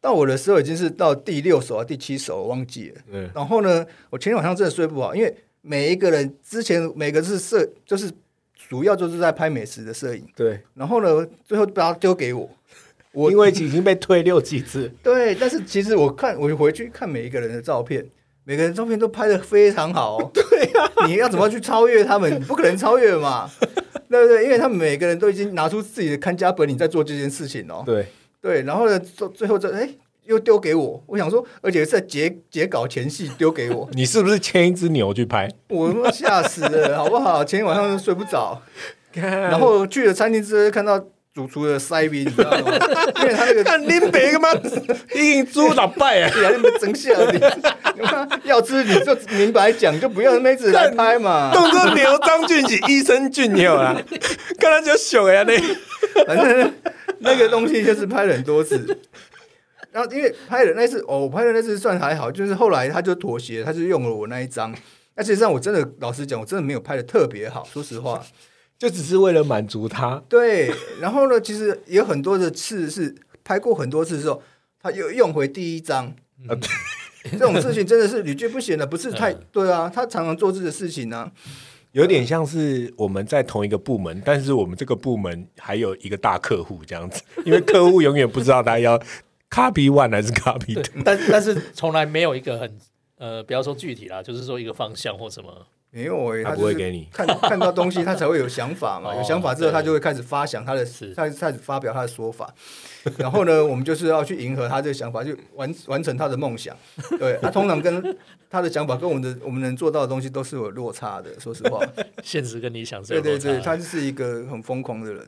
Speaker 4: 到我的时候已经是到第六首啊，第七首，我忘记了。
Speaker 2: 嗯，
Speaker 4: 然后呢，我前天晚上真的睡不好，因为每一个人之前每个是摄，就是主要就是在拍美食的摄影，
Speaker 2: 对，
Speaker 4: 然后呢，最后把它丢给我。我
Speaker 2: 因为已经被退六几次，
Speaker 4: 对，但是其实我看我回去看每一个人的照片，每个人照片都拍的非常好、对呀、你要怎么去超越他们？你不可能超越嘛，对不对？因为他们每个人都已经拿出自己的看家本领在做这件事情哦。
Speaker 2: 对，
Speaker 4: 对，然后呢，最最后这哎又丢给我，我想说，而且是在截截稿前戏丢给我，
Speaker 2: 你是不是牵一只牛去拍？
Speaker 4: 我他妈吓死了，好不好？前天晚上都睡不着，然后去了餐厅之后看到主厨的塞鼻，你知道吗？因为他那个
Speaker 2: 看 林北干嘛，一猪打败啊！
Speaker 4: 对啊，那么真相，你你妈 要吃你就明白讲，就不要妹子来拍嘛。
Speaker 2: 动作牛张俊起，益生菌有 啦，看他就熊呀那。
Speaker 4: 反正那个东西就是拍了很多次，然后因为拍的那次哦，我拍的那次算还好，就是后来他就妥协，他就用了我那一张。那事实上，我真的老实讲，我真的没有拍的特别好，说实话。
Speaker 2: 就只是为了满足他，
Speaker 4: 对，然后呢，其实也有很多的次是拍过很多次之后，他又用回第一张，
Speaker 2: 啊对
Speaker 4: 这种事情真的是屡见不鲜的，不是太对啊。他常常做这个事情啊呢、
Speaker 2: 有点像是我们在同一个部门，但是我们这个部门还有一个大客户这样子，因为客户永远不知道他要 copy one 还是 copy two。
Speaker 3: 但但是从来没有一个很呃，不要说具体啦，就是说一个方向或什么。
Speaker 4: 没有诶、
Speaker 2: 他
Speaker 4: 他
Speaker 2: 不会
Speaker 4: 就是
Speaker 2: 给你
Speaker 4: 看看到东西，他才会有想法 嘛。
Speaker 3: 哦
Speaker 4: 有想法之后，
Speaker 3: 对
Speaker 4: 他就会开始发想他的，
Speaker 3: 是
Speaker 4: 他开始发表他的说法。然后呢，我们就是要去迎合他这个想法，就完完成他的梦想。对，他、通常跟他的想法跟我们的我们能做到的东西都是有落差的。说实话，
Speaker 3: 现实跟理想 是有
Speaker 4: 对对
Speaker 3: 落差的
Speaker 4: 对，他就是一个很疯狂的人。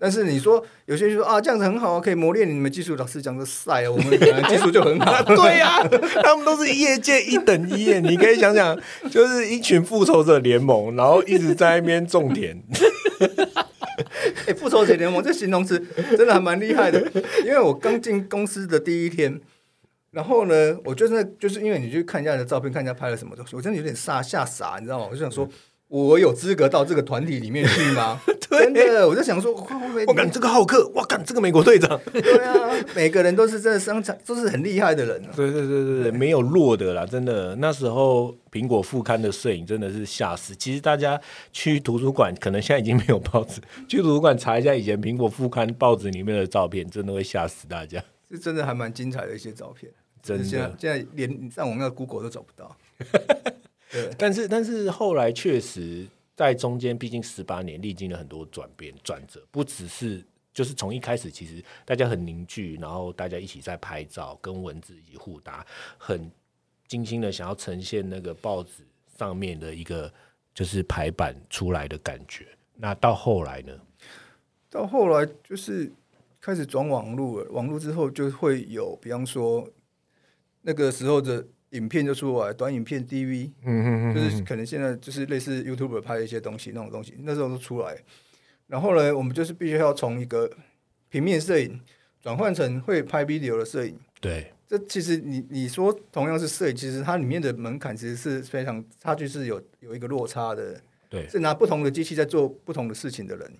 Speaker 4: 但是你说有些人就说啊，这样子很好啊，可以磨练你们技术。老师讲的晒啊，我们本来技术就 很好。
Speaker 2: 对呀、他们都是业界一等一耶，你可以想想，就是一群复仇者联盟，然后一直在那边种田。
Speaker 4: 哎、复仇者联盟这形容词真的还蛮厉害的，因为我刚进公司的第一天，然后呢，我就真的就是因为你去看人家的照片，看人家拍了什么东西，我真的有点吓吓傻，你知道吗？我就想说，我有资格到这个团体里面去 吗？真的，我就想说，会不会
Speaker 2: 我干这个浩克，我干这个美国队长。
Speaker 4: 对啊，每个人都是真的商场都是很厉害的人、啊。
Speaker 2: 对对对对对，没有弱的啦，真的。那时候苹果副刊的摄影真的是吓死。其实大家去图书馆，可能现在已经没有报纸，去图书馆查一下以前苹果副刊报纸里面的照片，真的会吓死大家。
Speaker 4: 是真的还蛮精彩的一些照片，
Speaker 2: 真的
Speaker 4: 现在现在连上网那个 Google 都找不到。
Speaker 2: 但是但是后来确实在中间，毕竟十八年历经了很多转变转折，不只是就是从一开始，其实大家很凝聚，然后大家一起在拍照，跟文字一起互搭，很精心的想要呈现那个报纸上面的一个就是排版出来的感觉。那到后来呢？
Speaker 4: 到后来就是开始转网路了，网路之后就会有，比方说那个时候的影片就出来，短影片 DV，
Speaker 2: 嗯
Speaker 4: 就是可能现在就是类似 YouTube 拍的一些东西那种东西，那时候都出来。然后呢，我们就是必须要从一个平面摄影转换成会拍 video 的摄影。
Speaker 2: 对，
Speaker 4: 这其实你你说同样是摄影，其实它里面的门槛其实是非常差距是有有一个落差的。
Speaker 2: 对嗯
Speaker 4: 是拿不同的机器在做不同的事情的人。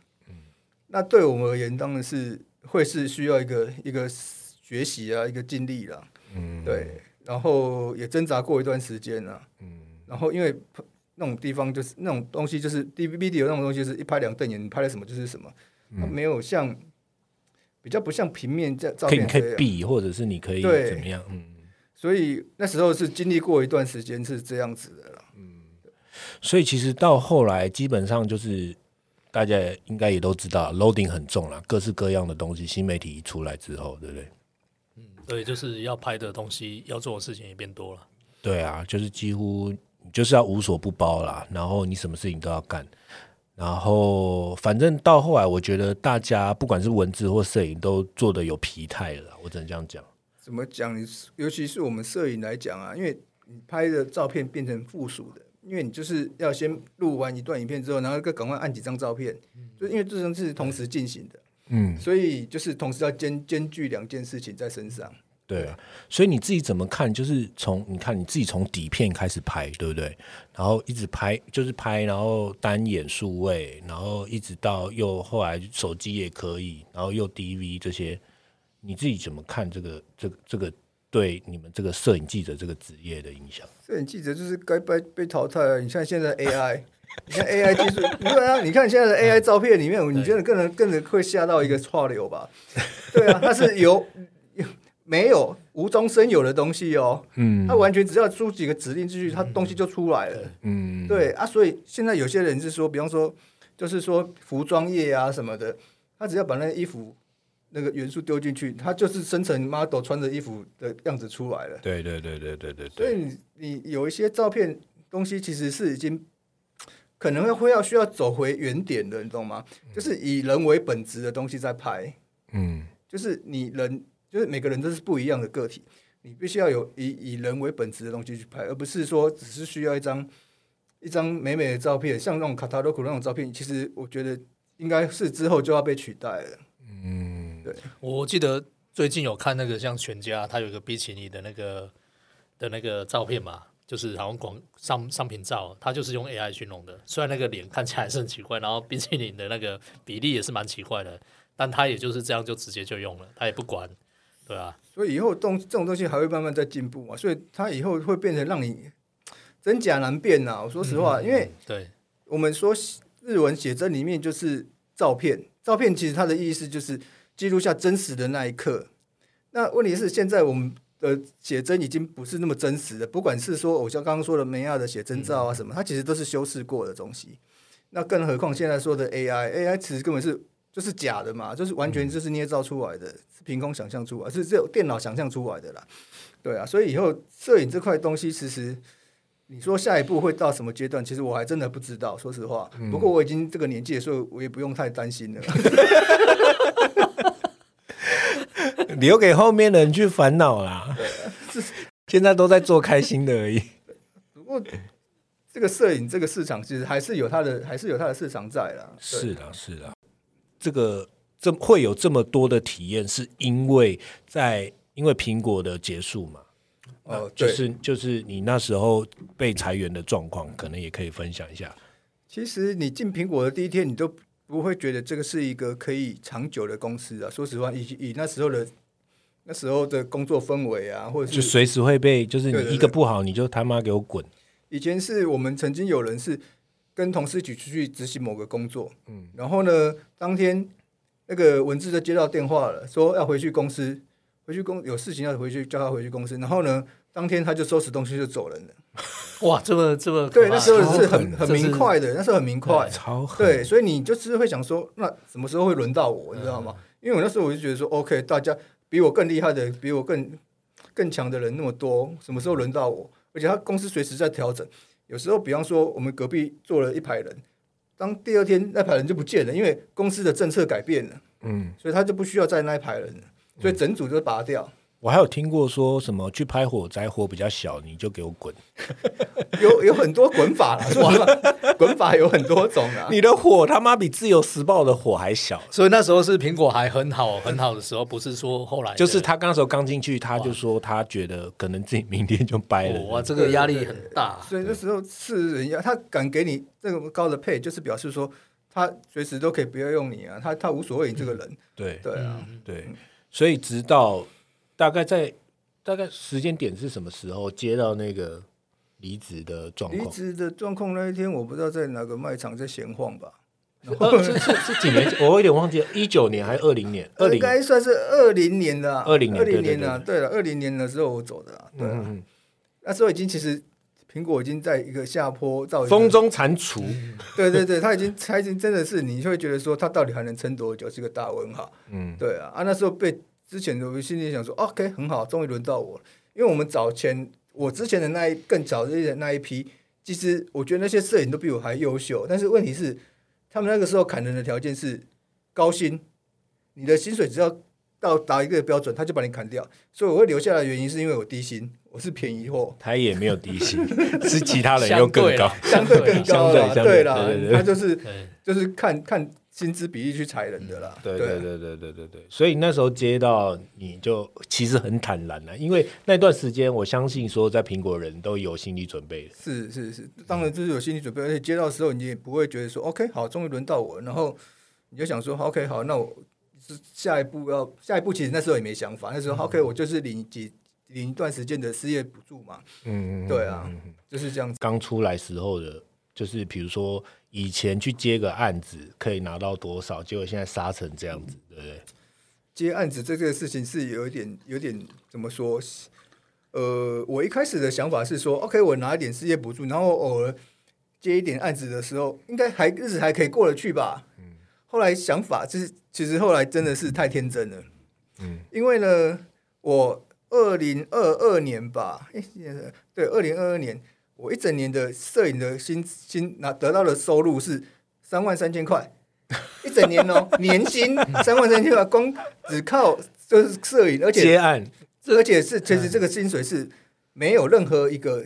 Speaker 4: 那对我们而言，当然是会是需要一个一个学习啊，一个尽力啦。嗯，对。然后也挣扎过一段时间啊。嗯。然后因为那种地方就是那种东西，就是 D V D 有那种东西，就是一拍两瞪眼，你拍了什么就是什么，
Speaker 2: 嗯
Speaker 4: 它没有像比较不像平面照照
Speaker 2: 可以
Speaker 4: 片
Speaker 2: 你可
Speaker 4: 这
Speaker 2: 以
Speaker 4: 样
Speaker 2: 避，或者是你可以
Speaker 4: 对
Speaker 2: 怎么样？嗯。
Speaker 4: 所以那时候是经历过一段时间是这样子的啦。
Speaker 2: 所以其实到后来，基本上就是大家也应该也都知道，loading 很重啦，各式各样的东西，新媒体一出来之后，对不对？
Speaker 3: 对，就是要拍的东西，要做的事情也变多了。
Speaker 2: 对啊，就是几乎你就是要无所不包啦，然后你什么事情都要干，然后反正到后来，我觉得大家不管是文字或摄影都做的有疲态了啦，我只能这样讲。
Speaker 4: 怎么讲？你尤其是我们摄影来讲啊，因为你拍的照片变成附属的，因为你就是要先录完一段影片之后，然后再赶快按几张照片，就因为这种是同时进行的，
Speaker 2: 嗯，
Speaker 4: 所以就是同时要兼兼具两件事情在身上。
Speaker 2: 对啊，所以你自己怎么看？就是从你看你自己从底片开始拍，对不对？然后一直拍，就是拍，然后单眼数位，然后一直到又后来手机也可以，然后又 DV 这些，你自己怎么看这个这个这个对你们这个摄影记者这个职业的影响？
Speaker 4: 摄影记者就是该被被淘汰了。你像现在 AI，你 看 AI 技术，对啊，你看现在的 AI 照片里面，你真的更能更能会吓到一个串流吧？对啊，它是有有没有无中生有的东西哦。嗯，它完全只要输几个指令进去，它东西就出来了。
Speaker 2: 嗯，
Speaker 4: 对啊，所以现在有些人是说，比方说，就是说服装业啊什么的，他只要把那个衣服那个元素丢进去，它就是生成 model 穿着衣服的样子出来了。
Speaker 2: 对对对对对对
Speaker 4: 所以你你有一些照片东西，其实是已经可能会要需要走回原点的，你懂吗？就是以人为本质的东西在拍，
Speaker 2: 嗯，
Speaker 4: 就是你人，就是每个人都是不一样的个体，你必须要有以以人为本质的东西去拍，而不是说只是需要一张一张美美的照片，像那种卡塔罗库那种照片，其实我觉得应该是之后就要被取代了。
Speaker 2: 嗯，
Speaker 4: 对，
Speaker 3: 我记得最近有看那个像全家，它有一个比基尼的那个的那个照片嘛，就是好像广商商品照，它就是用 AI 去弄的。虽然那个脸看起来是很奇怪，然后比基尼的那个比例也是蛮奇怪的，但它也就是这样就直接就用了，它也不管，对啊，
Speaker 4: 所以以后东这种东西还会慢慢在进步嘛，所以它以后会变成让你真假难辨呐、我说实
Speaker 3: 嗯
Speaker 4: 话，因为
Speaker 3: 对，
Speaker 4: 我们说日文写真里面就是照片，照片其实它的意思就是记录下真实的那一刻。那问题是现在我们的写真已经不是那么真实的，不管是说我像刚刚说的梅亚的写真照啊什么，它其实都是修饰过的东西。那更何况现在说的 AI，AI 其实根本是就是假的嘛，就是完全就是捏造出来的，是凭空想象出来，是只有电脑想象出来的啦。对啊，所以以后摄影这块东西其实。你说下一步会到什么阶段？其实我还真的不知道，说实话。
Speaker 2: 嗯
Speaker 4: 不过我已经这个年纪了，所以我也不用太担心了。
Speaker 2: 留给后面的人去烦恼啦。啊现在都在做开心的而已。
Speaker 4: 不过这个摄影这个市场，其实还是有它的，还是有它的市场在啦。对
Speaker 2: 是的，是的，这个这会有这么多的体验，是因为在因为苹果的结束嘛，
Speaker 4: 哦，
Speaker 2: 啊就
Speaker 4: 对，
Speaker 2: 是就是你那时候被裁员的状况，可能也可以分享一下。
Speaker 4: 其实你进苹果的第一天，你都不会觉得这个是一个可以长久的公司啊。说实话，以以那时候的那时候的工作氛围啊，或者
Speaker 2: 就是随时会被，就是
Speaker 4: 对对
Speaker 2: 你
Speaker 4: 对
Speaker 2: 一个不好，你就他妈给我滚。
Speaker 4: 以前是我们曾经有人是跟同事一起出去执行某个工作，嗯，然后呢，当天那个文字就接到电话了，说要回去公司，回去公有事情要回去，叫他回去公司。然后呢，当天他就收拾东西就走人了。
Speaker 3: 哇，这么这么
Speaker 4: 对，
Speaker 3: 可怕
Speaker 4: 那时候是
Speaker 2: 超
Speaker 4: 很
Speaker 2: 狠
Speaker 4: 很
Speaker 3: 这是
Speaker 4: 明快的，那时候很明快，
Speaker 2: 超狠
Speaker 4: 对，所以你就是会想说，那什么时候会轮到我，你知道吗？
Speaker 2: 嗯
Speaker 4: 因为我那时候我就觉得说，OK，大家比我更厉害的，比我更更强的人那么多，什么时候轮到我？而且他公司随时在调整，有时候比方说我们隔壁坐了一排人，当第二天那排人就不见了，因为公司的政策改变了，
Speaker 2: 嗯，
Speaker 4: 所以他就不需要在那一排人了，所以整组就拔掉。
Speaker 2: 我还有听过说什么去拍火灾，火比较小，你就给我滚。
Speaker 4: 有有很多滚法啦，说实话，滚法有很多种啊。
Speaker 2: 你的火他妈比自由时报的火还小。
Speaker 3: 所以那时候是苹果还很好很好的时候，不是说后来的
Speaker 2: 就是他刚时候刚进去，他就说他觉得可能自己明天就掰了。
Speaker 3: 哦哇，这个压力很大。
Speaker 4: 所以那时候是人家他敢给你这么高的配，就是表示说他随时都可以不要用你啊，他他无所谓你这个人，
Speaker 2: 对
Speaker 4: 对啊，
Speaker 2: 对，所以直到大概在大概时间点是什么时候接到那个离职的状
Speaker 4: 离
Speaker 2: 况？
Speaker 4: 职的状况那一天，我不知道在哪个卖场在闲晃吧，
Speaker 2: 呃，是是是几年 前？我有点忘记了，一九年还是二零年？ 二
Speaker 4: 应
Speaker 2: 零
Speaker 4: 该算是二零年的啊，
Speaker 2: 20年
Speaker 4: 二零年的啊，对了，二零年的时候我走的啊，对啊，
Speaker 2: 嗯，
Speaker 4: 那时候已经其实苹果已经在一个下坡到一个
Speaker 2: 风，中蟾蜍，
Speaker 4: 对对对，他已经他已经真的是你会觉得说他到底还能撑多久，是个大问号。
Speaker 2: 嗯，
Speaker 4: 对啊，啊那时候被之前的我心里想说啊，OK，很好，终于轮到我了。因为我们早前我之前的那一更早的那一批，其实我觉得那些摄影都比我还优秀，但是问题是，他们那个时候砍人的条件是高薪，你的薪水只要到达一个标准，他就把你砍掉。所以我会留下来的原因是因为我低薪，我是便宜货，
Speaker 2: 他也没有低 薪，是其他人又更高。
Speaker 4: 相对 更高啦，
Speaker 2: 相对
Speaker 4: 对啦
Speaker 2: 对对，对
Speaker 4: 他就是
Speaker 3: 对，
Speaker 4: 就是看看薪资比例去裁人的啦，
Speaker 2: 嗯对
Speaker 4: 对啊
Speaker 2: 对对对对对对，所以那时候接到你就其实很坦然啊了、因为那段时间我相信说在苹果人都有心理准备了。
Speaker 4: 是是是，当然就是有心理准备，而且接到的时候你也不会觉得说 OK 好，终于轮到我，然后你就想说 OK 好，那我是下一步要下一步，其实那时候也没想法，那
Speaker 2: 嗯
Speaker 4: 时候 OK 我就是领几领一段时间的失业补助嘛，
Speaker 2: 嗯
Speaker 4: 对啊，就是这样子。
Speaker 2: 刚出来时候的，就是比如说以前去接个案子可以拿到多少，结果现在杀成这样子，对不对？
Speaker 4: 接案子这个事情是有一点有点怎么说？呃，我一开始的想法是说，OK，我拿一点失业补助，然后偶尔接一点案子的时候，应该还日子还可以过得去吧。后来想法就是，其实后来真的是太天真了。嗯，因为呢，我二零二二年吧，诶，对，二零二二年。我一整年的摄影的薪薪拿得到的收入是三万三千块，一整年哦，年薪三万三千块，光只靠就是摄影，而
Speaker 2: 接
Speaker 4: 且
Speaker 2: 案
Speaker 4: 而且是其实这个薪水是没有任何一个，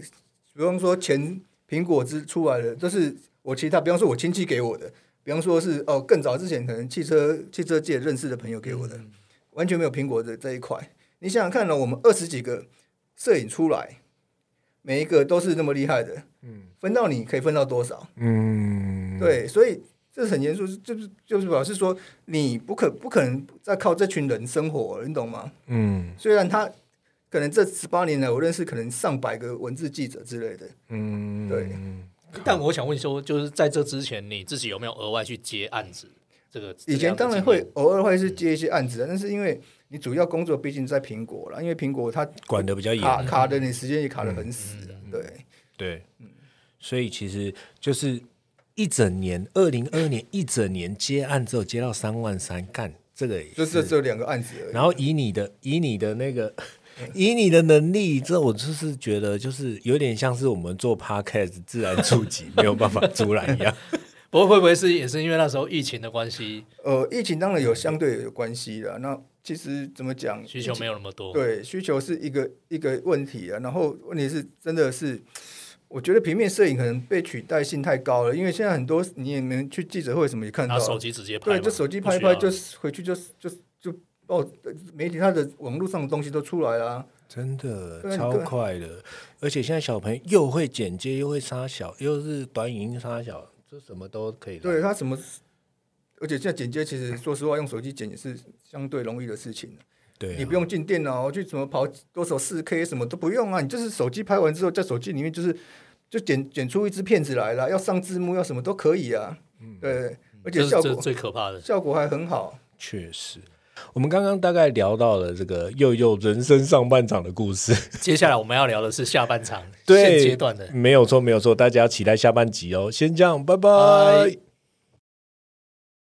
Speaker 4: 比方说前苹果之出来的，都是我其他，比方说我亲戚给我的，比方说是哦更早之前可能汽车汽车界认识的朋友给我的，完全没有苹果的这一块。你想想看呢、哦我们二十几个摄影出来，每一个都是那么厉害的，嗯，分到你可以分到多少？
Speaker 2: 嗯，
Speaker 4: 对，所以这是很严肃，就是就是表示说你不可不可能再靠这群人生活，你懂吗？
Speaker 2: 嗯
Speaker 4: 虽然他可能这十八年来，我认识可能上百个文字记者之类的，
Speaker 2: 嗯，
Speaker 4: 对
Speaker 3: 但我想问说，就是在这之前，你自己有没有额外去接案子？这个
Speaker 4: 以前当然，
Speaker 3: 这
Speaker 4: 会
Speaker 3: 个样的经验
Speaker 4: 偶尔会是接一些案子啊，但是因为你主要工作毕竟在苹果啦，因为苹果它
Speaker 2: 管的比较严，
Speaker 4: 卡卡的你时间也卡得很死啊，对，
Speaker 2: 对，所以其实就是一整年，二零二年一整年接案只有接到三万三，干这个也
Speaker 4: 就是这只有两个案子而已。
Speaker 2: 然后以你的以你的那个以你的能力，这我就是觉得就是有点像是我们做 podcast 自然触及没有办法出来一样。
Speaker 3: 不过会不会是也是因为那时候疫情的关系，
Speaker 4: 呃，疫情当然有相对有关系啦。那其实怎么讲，
Speaker 3: 需求
Speaker 4: 疫情
Speaker 3: 没有那么多？，
Speaker 4: 对需求是一个一个问题啊。然后问题是真的是，我觉得平面摄影可能被取代性太高了，因为现在很多你也没去记者会什么也看到
Speaker 3: 拿
Speaker 4: 了，
Speaker 3: 手机直接拍嘛，
Speaker 4: 对，就手机
Speaker 3: 不
Speaker 4: 拍一
Speaker 3: 需要
Speaker 4: 拍，就是回去就是就是就哦，媒体它的网络上的东西都出来啊啦、
Speaker 2: 真的
Speaker 4: 对
Speaker 2: 超
Speaker 4: 对
Speaker 2: 快的，而且现在小朋友又会剪接，又会杀小，又是短影音杀小，就什么都
Speaker 3: 啊
Speaker 2: 可以来。
Speaker 4: 对，它什么，而且现在剪接其实说实话，用手机剪也是相对容易的事情，
Speaker 2: 对啊，
Speaker 4: 你不用进电脑去怎么跑多少四 K 什么都不用啊，你就是手机拍完之后，在手机里面就是就剪剪出一支片子来了，要上字幕要什么都可以啊，对，
Speaker 3: 嗯
Speaker 4: 而且
Speaker 3: 这是
Speaker 4: 效
Speaker 3: 这是
Speaker 4: 果
Speaker 3: 最可怕的。
Speaker 4: 效果还很好。
Speaker 2: 确实。我们刚刚大概聊到了这个佑佑人生上半场的故事，
Speaker 3: 接下来我们要聊的是下半场
Speaker 2: 对
Speaker 3: 现阶段的。
Speaker 2: 没有错，没有错，大家期待下半集哦。先这样，拜拜。
Speaker 3: 拜